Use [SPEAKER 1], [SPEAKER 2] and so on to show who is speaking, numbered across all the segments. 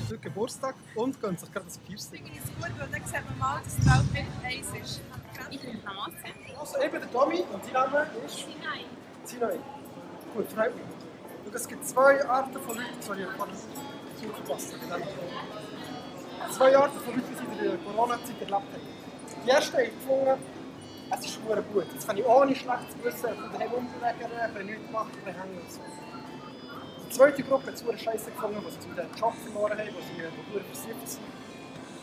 [SPEAKER 1] heute Geburtstag und gönnt sich gerade das Piercing.
[SPEAKER 2] finde ich es gut, weil dann sehen wir mal, dass die Welt wirklich eins ist.
[SPEAKER 3] Ich bin Hase.
[SPEAKER 1] Also eben der Tommy und die Name ist
[SPEAKER 3] Nein.
[SPEAKER 1] Sinai. Gut, freut mich. Und es gibt zwei Arten von Leuten, sorry, ich kann nicht aufpassen. mit dem Ton. Zwei Arten von Leuten, die sie in der Corona-Zeit erlebt haben. Die erste habe ich gefunden, es ist super gut. Jetzt kann ich ohne schlechtes Gewissen von daheim umbewegen, wenn ich nichts mache, dann hängen und so. Die zweite Gruppe hat es super scheiße gefunden, die sie zu den Job verloren haben, die sie in der Tour versiert sind.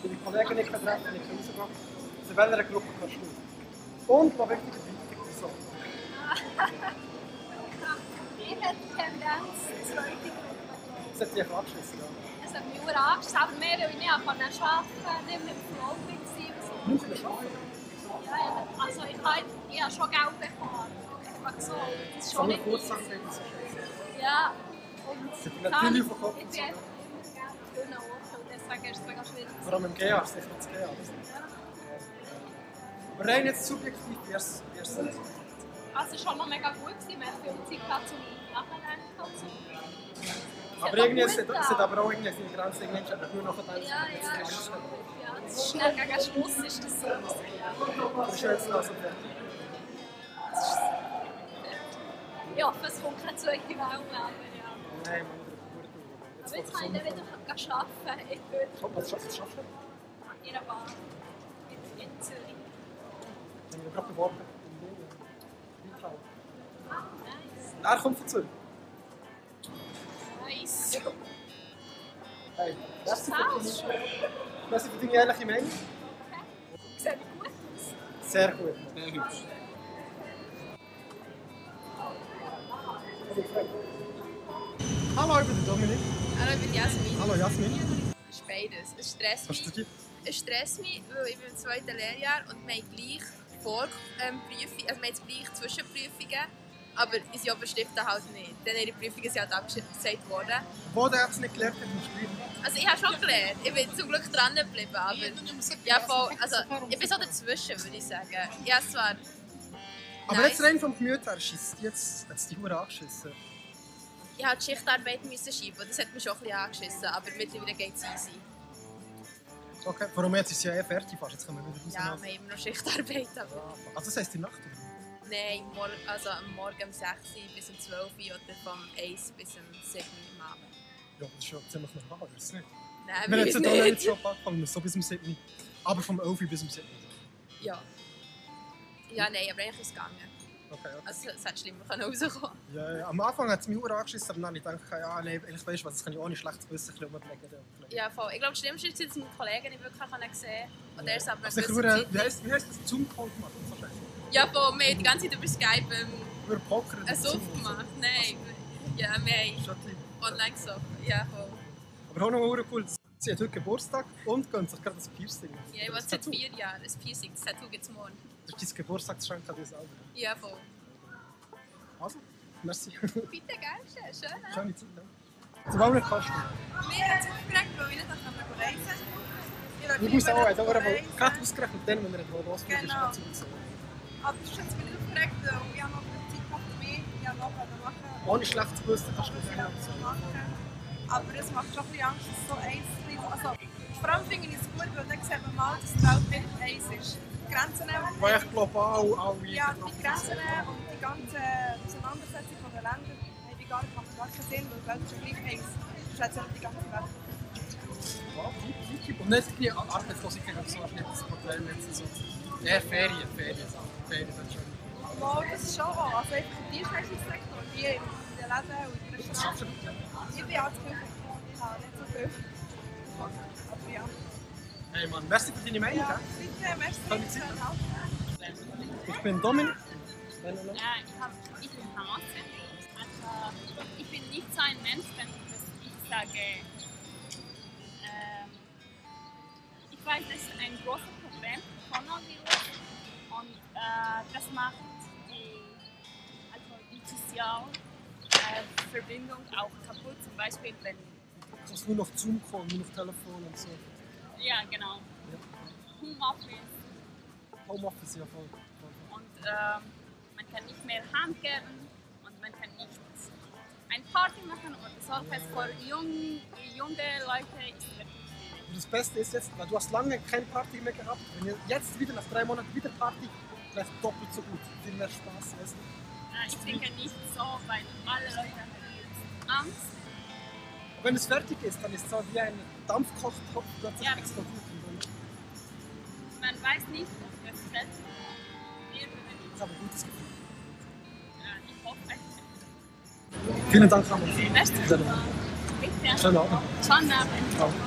[SPEAKER 1] Die die Kollegen nicht treffen, können, nicht rausgehen. Also in welcher Gruppe kannst du? Und noch wichtiger, wichtig, so.
[SPEAKER 3] Ich hätte die Tendenz, zweite Gruppe.
[SPEAKER 1] Das hat sich abgeschissen, ja.
[SPEAKER 3] Es hat mich sehr Angst, aber mehr, weil ich nicht arbeiten konnte, nicht mehr im Flow war.
[SPEAKER 1] Nicht überschaffen.
[SPEAKER 3] und so. Ja, eben. Also ich habe, ich habe schon Geld bekommen. Aber so, das ist
[SPEAKER 1] So
[SPEAKER 3] schon
[SPEAKER 1] eine
[SPEAKER 3] nicht
[SPEAKER 1] Kurzsache
[SPEAKER 3] easy.
[SPEAKER 1] ist so scheiße.
[SPEAKER 3] Ja. Und
[SPEAKER 1] Natürlich
[SPEAKER 3] dann-
[SPEAKER 1] auf den Kopf
[SPEAKER 3] Ich bin einfach nicht mehr gerne Orte und deswegen ist es mega schwierig.
[SPEAKER 1] Vor allem im GA, ist sicher das GA. Aber rein jetzt subjektiv, wie es wie es ist.
[SPEAKER 3] Also es war schon noch mega gut, gewesen. wir hatten viel Zeit gehabt, zum Nachdenken und so. Es hat
[SPEAKER 1] Aber
[SPEAKER 3] auch
[SPEAKER 1] irgendwie es
[SPEAKER 3] gut
[SPEAKER 1] hat es hat
[SPEAKER 3] getan.
[SPEAKER 1] aber auch irgendwie seine Grenzen. Irgendwie hat er nur noch gedacht,
[SPEAKER 3] Ja,
[SPEAKER 1] dass
[SPEAKER 3] ja,
[SPEAKER 1] es
[SPEAKER 3] ist
[SPEAKER 1] ist.
[SPEAKER 3] gut. Ja, das ist schnell gegen Schluss ist das so. Ja,
[SPEAKER 1] Das ist jetzt also fertig.
[SPEAKER 3] das ist ich hoffe, es kommt keine zweite Welle, aber ja.
[SPEAKER 1] Nein,
[SPEAKER 3] Aber jetzt kann ich dann wieder arbeiten. Ich bin
[SPEAKER 1] Komm, was schaffst du? Was schaffst du?
[SPEAKER 3] in einer Bahn. In, in Zürich.
[SPEAKER 1] Ich habe mich gerade beworben. In Wien. Litauen.
[SPEAKER 3] Ah, nice.
[SPEAKER 1] Und er kommt von Zürich.
[SPEAKER 3] Nice.
[SPEAKER 1] Hey, das ist
[SPEAKER 3] Saus schon.
[SPEAKER 1] Das ist für deine ehrliche Meinung.
[SPEAKER 3] Sieht gut aus.
[SPEAKER 1] Sehr gut.
[SPEAKER 4] Sehr hübsch.
[SPEAKER 1] Hallo, ich bin der Dominik.
[SPEAKER 2] Hallo, ich bin Jasmin.
[SPEAKER 1] Hallo, Jasmin.
[SPEAKER 2] Es ist beides. Es stresst
[SPEAKER 1] Was
[SPEAKER 2] mich.
[SPEAKER 1] studierst
[SPEAKER 2] Es stresst mich, weil ich bin im zweiten Lehrjahr und wir haben gleich vor ähm, Prüfungen, also wir haben jetzt gleich Zwischenprüfungen, aber unsere Oberstiften halt nicht. Dann ihre Prüfungen sind halt abgesagt worden.
[SPEAKER 1] du? Wo der es nicht gelernt hat, musst du lernen.
[SPEAKER 2] Also ich habe schon gelernt. Ich bin zum Glück dran geblieben, aber ja, voll, also, ich bin so dazwischen, würde ich sagen. Ja, es war
[SPEAKER 1] Aber
[SPEAKER 2] Nice.
[SPEAKER 1] jetzt rein vom Gemüt her, schießt jetzt hat's die Hure angeschissen.
[SPEAKER 2] Ich musste die Schichtarbeit müssen schieben und das hat mich schon ein bisschen angeschissen, aber mittlerweile geht es easy.
[SPEAKER 1] Okay. Warum jetzt ist es ja eh fertig fast, jetzt können wir wieder raus.
[SPEAKER 2] Ja, wir haben immer noch Schichtarbeit, aber
[SPEAKER 1] also das heisst die Nacht?
[SPEAKER 2] nein, mor also am Morgen um 6 Uhr bis um 12 Uhr oder vom 1 bis um 7 Uhr am Abend.
[SPEAKER 1] Ja, das ist ja ziemlich normal, oder nicht?
[SPEAKER 2] Nein,
[SPEAKER 1] Wir haben
[SPEAKER 2] wir
[SPEAKER 1] jetzt hier
[SPEAKER 2] nicht.
[SPEAKER 1] nicht schon angefangen, so bis um 7 Uhr. Aber vom 11 Uhr bis um 7 Uhr.
[SPEAKER 2] Ja. ja, nein, aber eigentlich ist es gegangen.
[SPEAKER 1] Okay, okay.
[SPEAKER 2] Also es hätte schlimmer können rauskommen
[SPEAKER 1] Ja, ja. Am Anfang hat es mich verdammt angeschissen, aber dann habe ich gedacht, ja, nein, eigentlich weißt du was, das kann ich ohne schlechtes Gewissen ein bisschen überlegen.
[SPEAKER 2] Ja, voll. Ich glaube, das Schlimmste ist, dass meine Kollegen nicht wirklich können sehen konnten. Und er ist halt aber
[SPEAKER 1] Also, ich
[SPEAKER 2] gewisse
[SPEAKER 1] würde,
[SPEAKER 2] Zeit-
[SPEAKER 1] wie heisst wie heisst das Zoom-Call gemacht? So scheiße.
[SPEAKER 2] Ja, voll. Wir haben die ganze Zeit über Skype ähm,
[SPEAKER 1] Über Poker.
[SPEAKER 2] einen Suff gemacht. Nein. Ja, wir haben
[SPEAKER 1] Schottli.
[SPEAKER 2] online gesoffen. Ja, voll.
[SPEAKER 1] Aber auch noch hure cool, sie hat heute Geburtstag und gönnt sich gerade das Piercing.
[SPEAKER 2] Ja, ich war seit vier Jahren. Ein Piercing, das Tattoo gibt es morgen.
[SPEAKER 1] Das ist dein Geburtstagsgeschenk an dich selber.
[SPEAKER 2] Ja, voll.
[SPEAKER 1] Also, merci.
[SPEAKER 2] Bitte, gell? Schön, ne?
[SPEAKER 1] Schöne Zeit. Also, ja. Zu welchem Kosten?
[SPEAKER 2] Mir hat es aufgeregt, weil ich nicht mehr reisen konnte.
[SPEAKER 1] Ich muss auch einen, aber gerade ausgerechnet dann, wenn er etwas losgeht, ist
[SPEAKER 2] Genau.
[SPEAKER 1] es ganz gut.
[SPEAKER 2] Aber es ist mir aufgeregt, weil wir haben noch eine Zeit gehabt, mehr ja noch machen
[SPEAKER 1] Ohne schlechtes Gewissen kannst du nicht
[SPEAKER 2] Ja,
[SPEAKER 1] lernen.
[SPEAKER 2] zu machen. Aber es macht schon ein bisschen Angst, dass so eins ist. Also, vor allem finde ich es gut, weil dann sieht man mal, dass die Welt wirklich eins ist. Die Grenzen nehmen.
[SPEAKER 1] Weil ich global alle
[SPEAKER 2] Ja, die Grenzen und die ganze Auseinandersetzung der Länder haben die gar nicht macht gar keinen Sinn, weil die Welt schon gleich eins ist. Das ist jetzt die ganze Welt.
[SPEAKER 1] Und nicht irgendwie Arbeitslosigkeit oder so, ist nicht das Problem. Jetzt so. Ja, Ferien, Ferien, Sachen. Ferien, das ist schön.
[SPEAKER 2] Wow, das ist schon wahr. Also, einfach im Dienstleistungssektor, die in den Läden und in den
[SPEAKER 1] Das ist schon
[SPEAKER 2] Straßen.
[SPEAKER 1] gut.
[SPEAKER 2] Ich bin auch zu viel. Ich habe nicht so viel. Aber ja.
[SPEAKER 1] Hey Mann, merci für deine Meinung.
[SPEAKER 2] Ja,
[SPEAKER 1] hä?
[SPEAKER 2] bitte, merci.
[SPEAKER 1] Kann ich sitzen?
[SPEAKER 2] Ciao.
[SPEAKER 1] Ich bin Dominik. Nein, nein, nein.
[SPEAKER 3] Ja, ich, hab, ich bin Hase. Also, ich bin nicht so ein Mensch, wenn ich sage, ähm, ich weiß, das ist ein großes Problem, Coronavirus. Und äh, das macht die, also die soziale äh, Verbindung auch kaputt. Zum Beispiel, wenn.
[SPEAKER 1] Ich muss nur noch Zoom kommen, nur noch Telefon und so.
[SPEAKER 3] Ja, genau. Homeoffice.
[SPEAKER 1] Homeoffice ja voll.
[SPEAKER 3] und ähm, man kann nicht mehr Hand geben und man kann nicht eine Party machen oder solches für junge, junge Leute ist wichtig.
[SPEAKER 1] Und das Beste ist jetzt, weil du hast lange keine Party mehr gehabt. Wenn ihr jetzt wieder nach drei Monaten wieder Party, bleibt doppelt so gut. Viel mehr Spaß. Weißt du?
[SPEAKER 3] Äh, Ich denke nicht so, weil alle Leute haben jetzt Angst.
[SPEAKER 1] Und wenn es fertig ist, dann ist es so wie ein Dampfkochtopf plötzlich
[SPEAKER 3] Ja.
[SPEAKER 1] explodiert. Und dann
[SPEAKER 3] Man weiß nicht, ob es fällt. Wir würden
[SPEAKER 1] ist aber ein gutes Gefühl.
[SPEAKER 3] äh, ich hoffe, es
[SPEAKER 1] Vielen Dank, Ramon.
[SPEAKER 3] ist besser.
[SPEAKER 1] Schönen Abend.
[SPEAKER 3] Bitte. Schönen Abend.
[SPEAKER 1] Ciao.